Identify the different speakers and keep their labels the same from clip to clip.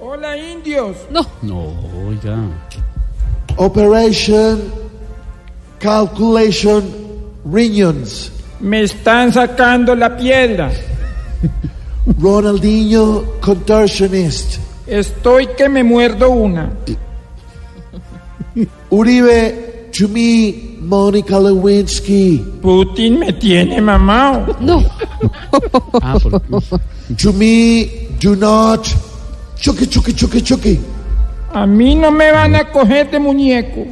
Speaker 1: Hola indios.
Speaker 2: No, oiga.
Speaker 3: Operation Calculation Reunions.
Speaker 1: Me están sacando la piedra.
Speaker 3: Ronaldinho Contortionist.
Speaker 1: Estoy que me muerdo una.
Speaker 3: Uribe to me, Monica Lewinsky.
Speaker 1: Putin me tiene mamao.
Speaker 2: Ah, por...
Speaker 3: To me, do not. Chucky, chucky, chucky, chucky.
Speaker 1: A mí no me van a coger de muñeco.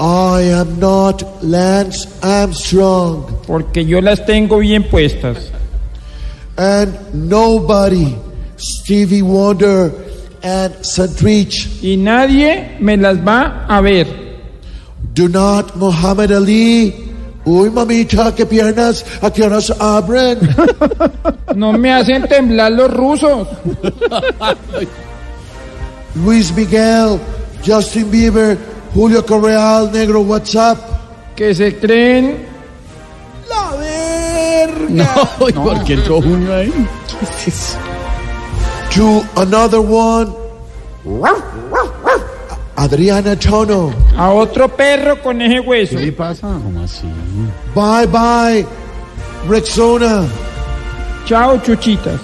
Speaker 3: I am not Lance Armstrong.
Speaker 1: Porque yo las tengo bien puestas.
Speaker 3: And nobody, Stevie Wonder and Santrich.
Speaker 1: Y nadie me las va a ver.
Speaker 3: Do not Muhammad Ali. Uy, mamita, qué piernas, a qué horas abren.
Speaker 1: No me hacen temblar los rusos.
Speaker 3: Luis Miguel, Justin Bieber, Julio Correal, Negro WhatsApp.
Speaker 1: Que se creen.
Speaker 3: La verga.
Speaker 2: no, ¿y por Ah, qué entró Junio ahí?
Speaker 3: To another one. Adriana Tono.
Speaker 1: A otro perro con ese hueso.
Speaker 2: ¿Qué pasa? ¿Cómo así?
Speaker 3: Bye bye, Rexona.
Speaker 1: Chao, chuchitas.